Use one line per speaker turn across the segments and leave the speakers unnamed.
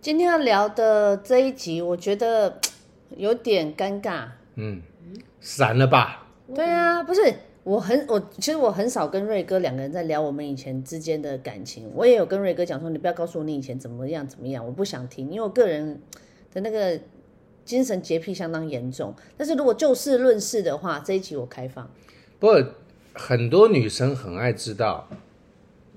今天要聊的这一集，我觉得有点尴尬。
嗯，散了吧，
对啊，不是我很我其实我很少跟瑞哥两个人在聊我们以前之间的感情。我也有跟瑞哥讲说，你不要告诉我你以前怎么样怎么样，我不想听，因为我个人的那个精神洁癖相当严重。但是如果就事论事的话，这一集我开放。
不过很多女生很爱知道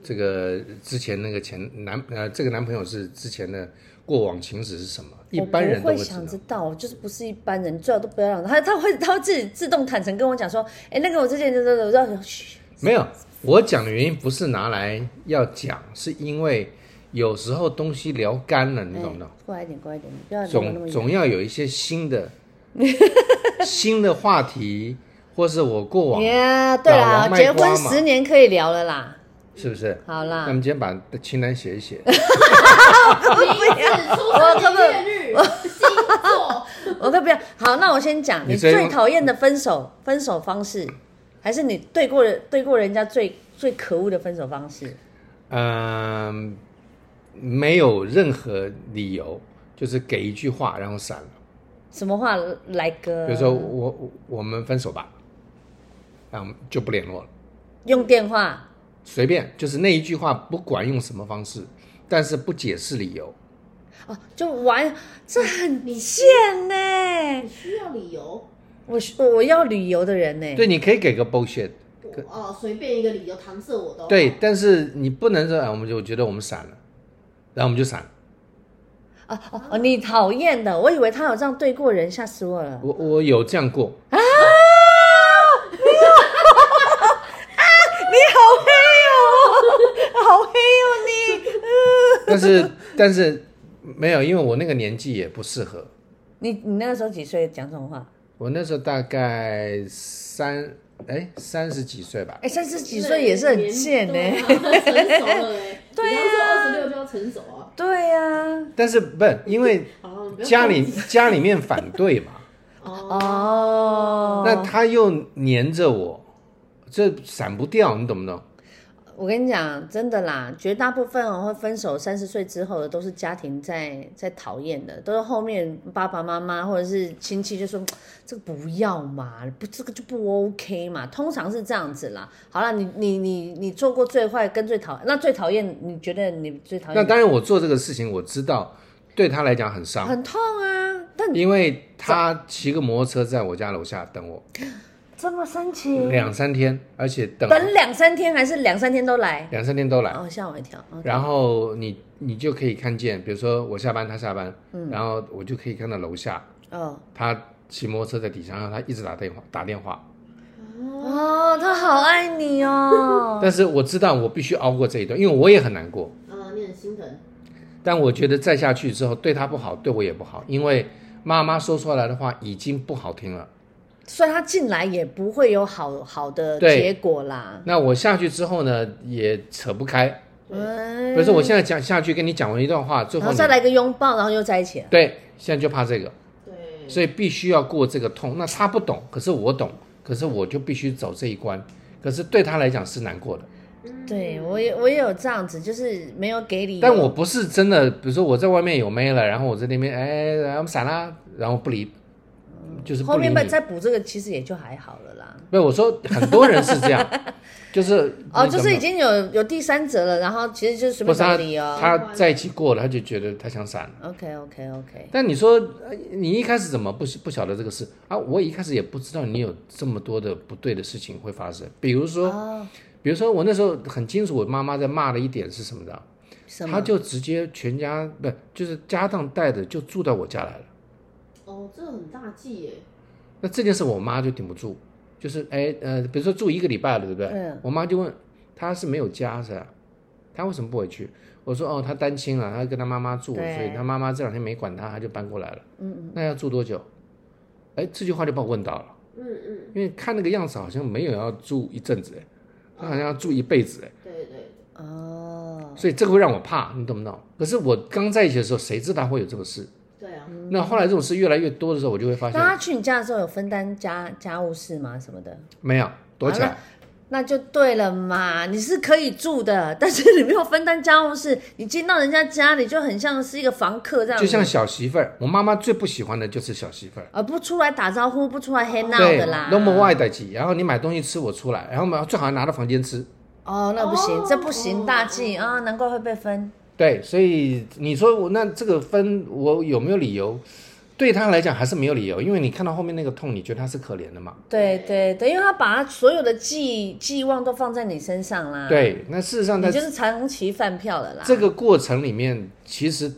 这个之前那个前男呃这个男朋友是之前的过往情史是什么，一般人
我
都
不会
会知道
想。知道，就是不是一般人，最好都不要让他，他会他会自己自动坦诚跟我讲说，哎，那个我之前就就就就嘘，
没有，我讲的原因不是拿来要讲，是因为有时候东西聊干了，你懂不懂？
哎过来一点，过来一点，你不要离我哎那么
总
远。
总要有一些 新的新的话题，或是我过往
耶，对
老
啦，
王卖
结婚
瓜嘛
十年可以聊了啦，
是不是？
好
那
啦
我，们今天把清单写一写。
指出生年月日、星座，
我可不要。好，那我先讲，
你
你
这
最讨厌的分手分手方式，还是你对过的对过人家最最可恶的分手方式？
嗯，没有任何理由，就是给一句话然后闪了。
什么话来哥？
比如说我我我们分手吧，嗯，就不联络了，
用电话，
随便，就是那一句话，不管用什么方式，但是不解释理由。
哦，就玩，这很
你
贱呢、
你需要理由
我我我要旅游的人呢、
对，你可以给个 bullshit，
我哦，随便一个理由搪塞我都好
对，，但是你不能说，啊，我们就我觉得我们闪了，然后我们就闪了。
哦哦哦，你讨厌的，我以为他有这样对过人，吓死我了。
我我有这样过，
你好 黑哦，好黑哦你。
但是但是没有，因为我那个年纪也不适合。
你你那个时候几岁讲这种话？
我那时候大概三哎三十几岁吧，
哎、三十几岁也是很贱呢、
对啊成熟了哎，
对啊
你要说二十六就要成熟啊，
对呀、
但是不是因为
哦，你不要
家里家里面反对 嘛，
啊
哦，
哦，
那他又黏着我，这闪不掉，你懂不懂？
我跟你讲，真的啦，绝大部分哦会分手三十岁之后的，都是家庭在在讨厌的，都是后面爸爸妈妈或者是亲戚就说嗯这个不要嘛，不这个就不 OK 嘛，通常是这样子啦。好啦，你你你你做过最坏跟最讨，那最讨厌，你觉得你最讨
那
厌？
当然，我做这个事情，我知道对他来讲很伤，
很痛啊，但你
因为他骑个摩托车在我家楼下等我
这么生气，
两三天，而且
嗯
等
等两三天还是两三天都来，
两三天都来，
哦吓我一跳。嗯
然后你你就可以看见，比如说我下班，他下班，
嗯
然后我就可以看到楼下
哦
他骑摩托车在底下，然后他一直打电话打电话，
哦，他好爱你哦。
但是我知道我必须熬过这一段，因为我也很难过。
嗯，你很心疼，
但我觉得再下去之后，对他不好，对我也不好，因为妈妈说出来的话已经不好听了。
所以他进来也不会有好好的
对
结果啦。
那我下去之后呢，也扯不开。
嗯，
不是，我现在讲下去跟你讲完一段话之
然
后
后
你，
再来个拥抱，然后又在一起了。
对，现在就怕这个，
对，
所以必须要过这个痛。那他不懂，可是我懂，可是我就必须走这一关。可是对他来讲是难过的，
嗯
对我也我也有这样子，就是没有给理由。
但我不是真的，比如说我在外面有妹了，然后我在那边哎，然后闪啦，然后不理，就是不
后
理
面
你。
再再补这个，其实也就还好了啦。
不是，我说很多人是这样， 就是
哦，
你
就
懂
是
吗
已经有有第三者了，然后其实就是随
不
便
是
找
他
理由。
他在一起过了，他就觉得他想闪。
OK OK OK，
但你说呃你一开始怎么不不晓得这个事啊？我一开始也不知道你有这么多的不对的事情会发生，比如说，
哦
比如说我那时候很清楚，我妈妈在骂的一点是什么的，啊
什
她
么？
就直接全家不就是家当带着就住到我家来了。
哦，这很大忌耶，
那这件事我妈就顶不住，就是哎呃，比如说住一个礼拜了，对不对？
嗯
我妈就问她是没有家是吧？她为什么不回去？我说哦，她单亲了，她跟她妈妈住，所
对
以她妈妈这两天没管她，她就搬过来了。嗯嗯。那要住多久？哎，这句话就把我问到了，
嗯
因为看那个样子好像没有要住一阵子，哎，她好像要住一辈子，哎
嗯，，对对，
哦，
所以这个会让我怕，你懂不懂？可是我刚在一起的时候，谁知道会有这个事？
对啊，
那后来这种事越来越多的时候，我就会发
那
现
他去你家的时候有分担家家务事吗？什么的？
没有躲起
好
来，
那就对了嘛，你是可以住的，但是你没有分担家务事，你进到人家家里就很像是一个房客这样子，
就像小媳妇儿，我妈妈最不喜欢的就是小媳妇儿。
呃不出来打招呼，不出来黑闹
对
的啦，
，no more 外带机，然后你买东西吃我出来，然后嘛最好拿到房间吃。
哦，那不行，
哦
这不行，大忌啊，难怪会被分。
对，所以你说我那这个分我有没有理由？对他来讲还是没有理由，因为你看到后面那个痛，你觉得他是可怜的嘛？
对对对，因为他把他所有的寄寄望都放在你身上啦，，
对，那事实上
啊你
在
就是长期饭票了啦。
这个过程里面其实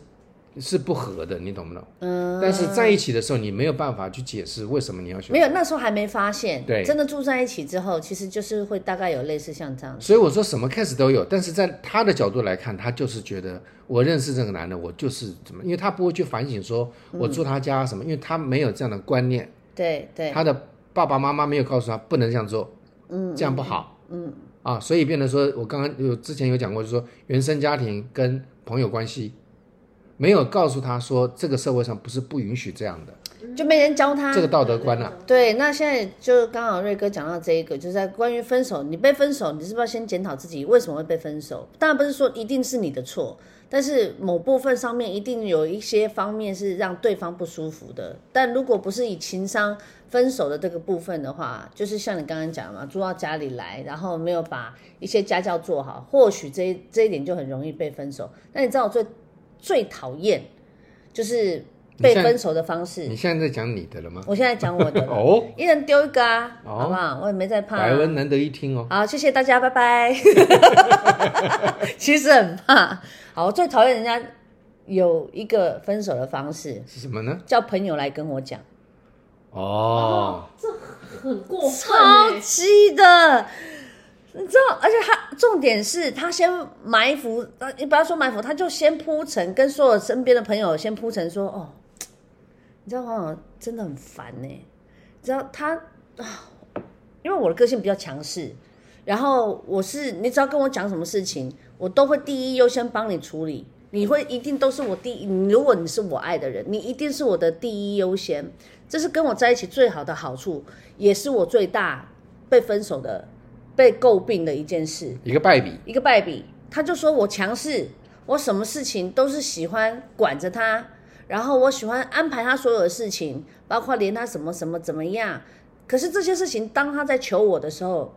是不合的，你懂不懂？
嗯，
但是在一起的时候，你没有办法去解释为什么你要选。
没有，那时候还没发现，
对
真的住在一起之后，其实就是会大概有类似像这样子，
所以我说什么 case 都有，但是在他的角度来看，他就是觉得我认识这个男的，我就是怎么，因为他不会去反省说我住他家什么，因为他没有这样的观念，
对对，
他的爸爸妈妈没有告诉他不能这样做，嗯，这样不好，嗯，啊，所以变得说，我刚刚有之前有讲过，就是说原生家庭跟朋友关系没有告诉他说这个社会上不是不允许这样的，
就没人教他
这。个道德观啊，
对，那现在就刚好瑞哥讲到这一个，就是在关于分手，你被分手，你是不是要先检讨自己为什么会被分手？当然不是说一定是你的错，但是某部分上面一定有一些方面是让对方不舒服的。但如果不是以情商分手的这个部分的话，就是像你刚刚讲的嘛，住到家里来，然后没有把一些家教做好，或许这一这一点就很容易被分手。那你知道我最最讨厌就是被
你现在
分手的方式
你。现在在讲你的了吗？
我现在讲我的了。
哦，
一人丢一个啊，
哦
好不好？我也没在怕、啊
白文难得一听哦。
好，谢谢大家，拜拜。 其实很怕。好，我最讨厌人家有一个分手的方式，
是什么呢？
叫朋友来跟我讲，
哦，
这很过分
超
欸
级的。你知道，而且他重点是他先埋伏，呃，你不要说埋伏，他就先铺陈，跟所有身边的朋友先铺陈说，哦，你知道黄晓真的很烦呢、你知道他啊，因为我的个性比较强势，然后我是你只要跟我讲什么事情，我都会第一优先帮你处理。你会一定都是我第一，你如果你是我爱的人，你一定是我的第一优先，这是跟我在一起最好的好处，也是我最大被分手的、被诟病的一件事。
一个败笔。
一个败笔，他就说我强势，我什么事情都是喜欢管着他，然后我喜欢安排他所有的事情，包括连他什么什么怎么样。可是这些事情，当他在求我的时候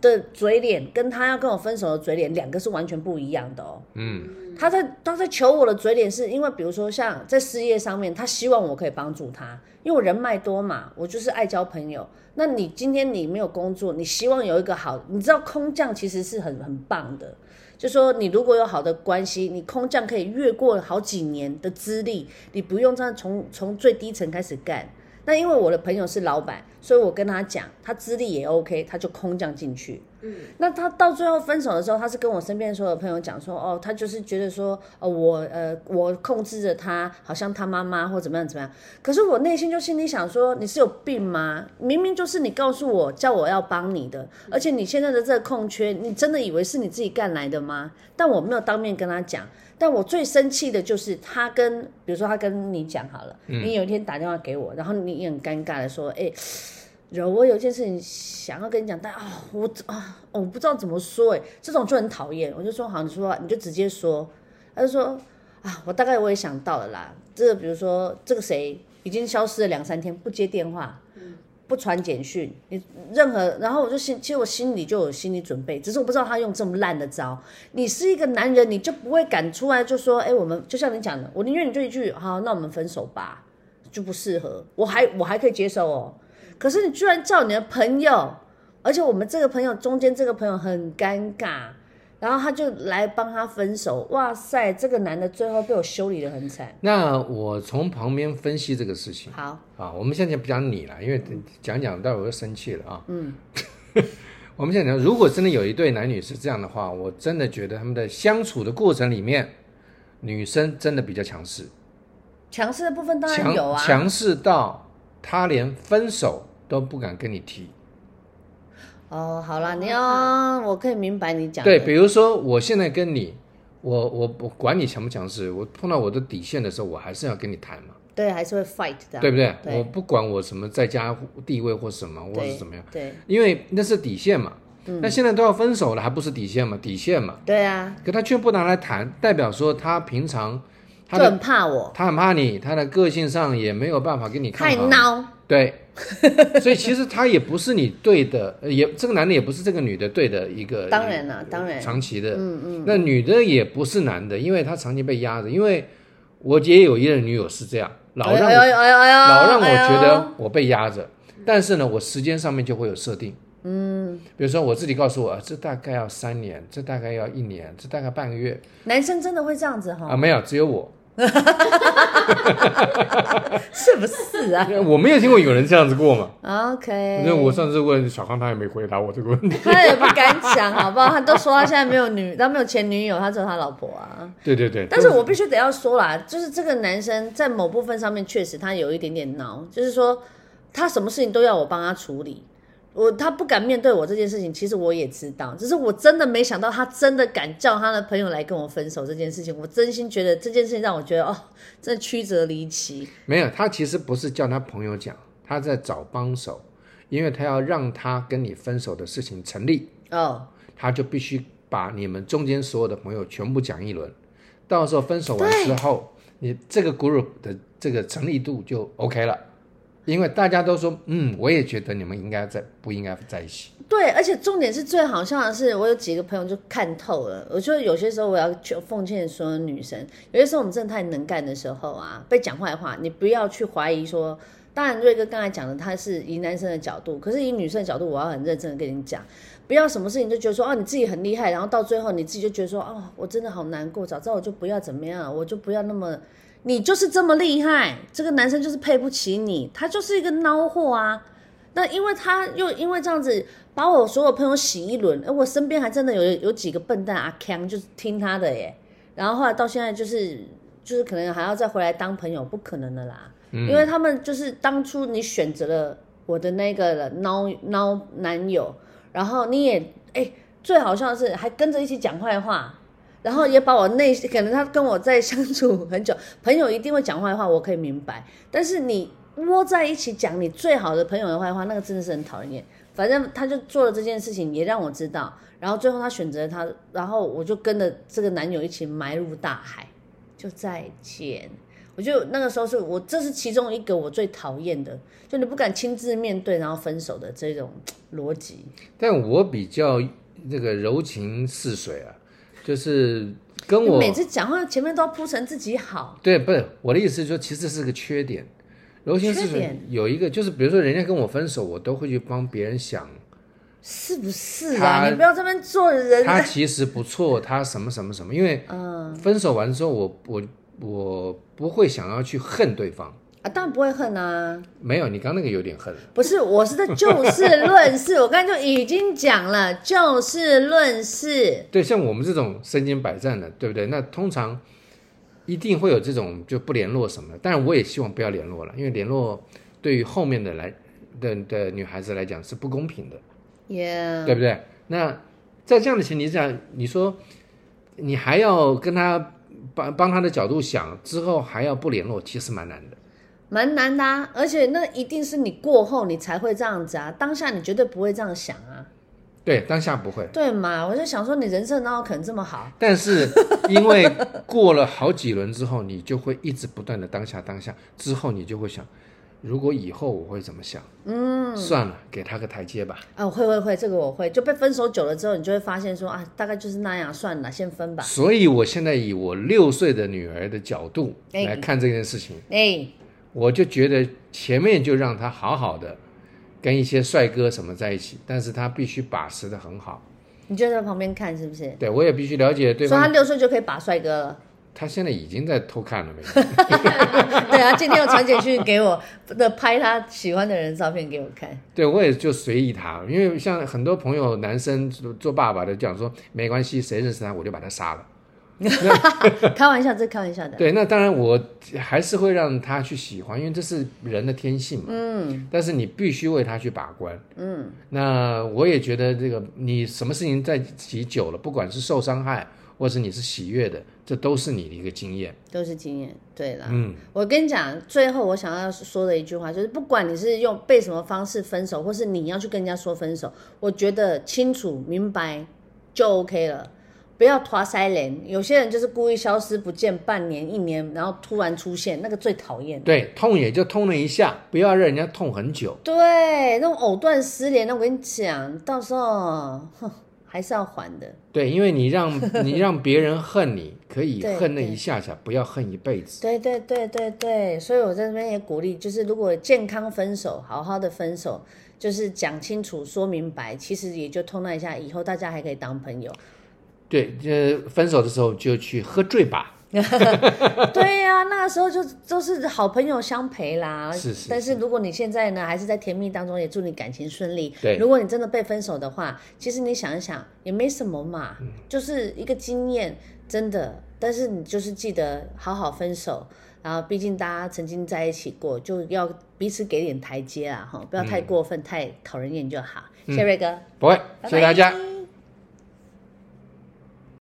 的嘴脸，跟他要跟我分手的嘴脸，两个是完全不一样的哦。
嗯，
他在他在求我的嘴脸，是因为比如说像在事业上面，他希望我可以帮助他，因为我人脉多嘛，我就是爱交朋友。那你今天你没有工作，你希望有一个好，你知道空降其实是很很棒的，就说你如果有好的关系，你空降可以越过好几年的资历，你不用这样从从最低层开始干。那因为我的朋友是老板，所以我跟他讲，他资历也 OK，他就空降进去。
嗯，
那他到最后分手的时候，他是跟我身边所有朋友讲说，哦，他就是觉得说，哦，我呃，我控制着他，好像他妈妈或怎么样怎么样。可是我内心就心里想说，你是有病吗？明明就是你告诉我叫我要帮你的，而且你现在的这个空缺，你真的以为是你自己干来的吗？但我没有当面跟他讲。但我最生气的就是他跟，比如说他跟你讲好了，你有一天打电话给我，然后你也很尴尬的说，哎、柔，我有件事情想要跟你讲，但啊、我啊、我不知道怎么说，哎，这种就很讨厌。我就说好，你说啊吧你就直接说。他就说啊，我大概我也想到了啦，这个比如说这个谁已经消失了两三天，不接电话，不传简讯，你任何，然后我就心，其实我心里就有心理准备，只是我不知道他用这么烂的招。你是一个男人，你就不会敢出来就说，哎，我们就像你讲的，我宁愿你就一句好，那我们分手吧，就不适合，我还我还可以接受哦。可是你居然叫你的朋友，而且我们这个朋友中间这个朋友很尴尬，然后他就来帮他分手。哇塞，这个男的最后被我修理的很惨。
那我从旁边分析这个事情
好，
啊，我们现在不讲你了，因为讲讲待会儿又生气了啊。嗯， 我们现在讲，如果真的有一对男女是这样的话，我真的觉得他们在相处的过程里面，女生真的比较强势，
强势的部分当然
强
有啊，
强势到她连分手都不敢跟你提。
哦，好啦，你哦，我可以明白你讲的
对，比如说我现在跟你，我我我管你强不强势，我碰到我的底线的时候，我还是要跟你谈嘛。
对，还是会 fight 的啊，
对不对？
对
我不管我什么在家地位或什么，或
对嗯
是怎么样，
对
因为那是底线嘛。那现在都要分手了，还不是底线嘛？底线嘛，
对啊，
可他却不拿来谈，代表说他平常他
就很
的
怕我
他很怕你，他的个性上也没有办法跟你抗
太
衡。
孬，
对， 所以其实他也不是你对的，呃也这个男的也不是这个女的对的一个
当然了，当然，
长期的，嗯嗯，那女的也不是男的，因为他长期被压着，因为我也有一任女友是这样，老让我、
哎呦哎呦哎呦哎呦，
老让我
哎呦
觉得我被压着，但是呢，我时间上面就会有设定，嗯，比如说我自己告诉我，啊这大概要三年，这大概要一年，这大概半个月
男生真的会这样子哈、
啊，没有，只有我，
是不是啊
我没有听过有人这样子过嘛。
？OK，
那我上次问小康，他也没回答我这个问 题。
他也不敢讲，好不好？他都说他现在没有女，他没有前女友，他只有他老婆啊。
对对对，
但是我必须得要说啦，就是这个男生在某部分上面确实他有一点点孬，就是说他什么事情都要我帮他处理，我他不敢面对我这件事情，其实我也知道，只是我真的没想到他真的敢叫他的朋友来跟我分手这件事情，我真心觉得这件事情让我觉得哦，真的曲折离奇。
没有，他其实不是叫他朋友讲，他在找帮手，因为他要让他跟你分手的事情成立，
哦，
他就必须把你们中间所有的朋友全部讲一轮，到时候分手完之后，你这个 group 的这个成立度就 OK 了，因为大家都说，嗯，我也觉得你们应该在不应该在一起，
对，而且重点是最好笑的是，我有几个朋友就看透了。我觉得有些时候我要劝奉劝所有女生，有些时候我们真的太能干的时候啊，被讲坏话，你不要去怀疑说。当然，瑞哥刚才讲的，他是以男生的角度，可是以女生的角度，我要很认真的跟你讲，不要什么事情就觉得说，哦，你自己很厉害，然后到最后你自己就觉得说，哦，我真的好难过，早知道我就不要怎么样，我就不要那么，你就是这么厉害，这个男生就是配不起你，他就是一个孬货啊。那因为他又因为这样子把我所有朋友洗一轮，哎，我身边还真的有有几个笨蛋阿康就是听他的耶，然后后来到现在就是就是可能还要再回来当朋友，不可能的啦，因为他们就是当初你选择了我的那个孬孬男友，然后你也哎最好笑的是还跟着一起讲坏话。然后也把我内心，可能他跟我在相处很久，朋友一定会讲坏话，我可以明白。但是你窝在一起讲你最好的朋友的坏话，那个真的是很讨人厌。反正他就做了这件事情，也让我知道。然后最后他选择他，然后我就跟着这个男友一起埋入大海，就再见。我就那个时候是我，这是其中一个我最讨厌的，就你不敢亲自面对，然后分手的这种逻辑。
但我比较这个柔情似水啊，就是跟我
你每次讲话前面都要铺成自己好，
对，不是我的意思是说，其实是个缺点。柔情似
缺
水
点
有一个，就是比如说人家跟我分手，我都会去帮别人想，
是不是
他
啊？你不要这边做人
他其实不错，他什么什么什么。因为分手完之后，我我我不会想要去恨对方。
啊，当然不会恨啊。
没有，你刚那个有点恨，
不是，我是在就事论事， 我刚才就已经讲了，就事论事。
对，像我们这种身经百战的，对不对？那通常一定会有这种就不联络什么的，但我也希望不要联络了，因为联络对于后面的来的的女孩子来讲是不公平的。
Yeah，
对不对？那在这样的前提下，你说你还要跟他帮帮他的角度想，之后还要不联络，其实蛮难的。
蛮难的、啊，而且那一定是你过后你才会这样子啊，当下你绝对不会这样想啊，
对，当下不会，
对嘛？我就想说，你人生哪有可能这么好？
但是因为过了好几轮之后，你就会一直不断的当下当下，之后你就会想，如果以后我会怎么想？嗯，算了，给他个台阶吧。
啊，我会会会，这个我会，就被分手久了之后，你就会发现说啊，大概就是那样，算了，先分吧。
所以我现在以我六岁的女儿的角度
哎
来看这件事情，
哎、
我就觉得前面就让他好好的跟一些帅哥什么在一起，但是他必须把持的很好。
你就在旁边看是不是？
对我也必须了解对
所以他
方，
六岁就可以把帅哥 了。
他现在已经在偷看了没有？
对啊，今天有传简讯给我的拍他喜欢的人的照片给我看。
对我也就随意他，因为像很多朋友男生做做爸爸的讲说没关系，谁认识他我就把他杀了。
开玩笑，这开玩笑的。
对，那当然我还是会让他去喜欢，因为这是人的天性嘛。嗯。但是你必须为他去把关。嗯。那我也觉得这个，你什么事情在一起久了，不管是受伤害，或是你是喜悦的，这都是你的一个经验。
都是经验，对啦。
嗯，
我跟你讲，最后我想要说的一句话就是，不管你是用被什么方式分手，或是你要去跟人家说分手，我觉得清楚明白就 OK 了，不要拖塞脸。有些人就是故意消失不见半年、一年，然后突然出现，那个最讨厌。
对，痛也就痛了一下，不要让人家痛很久。
对，那种藕断丝连，那我跟你讲，到时候哼还是要还的。
对，因为你让你让别人恨你，可以
对
恨那
对
一下下，不要恨一辈子。
对对对对对，所以我在这边也鼓励，就是如果健康分手，好好的分手，就是讲清楚、说明白，其实也就通了一下，以后大家还可以当朋友。
对，呃，分手的时候就去喝醉吧。
对呀、那个时候就都是好朋友相陪啦。
是是
但是如果你现在呢，还是在甜蜜当中，也祝你感情顺利。
对
如果你真的被分手的话，其实你想一想也没什么嘛，
嗯
就是一个经验，真的。但是你就是记得好好分手，然后毕竟大家曾经在一起过，就要彼此
嗯
给点台阶啊，哈，不要太过分、太讨人厌就好。谢谢瑞哥，
不会，
拜
嗯谢谢大家。
拜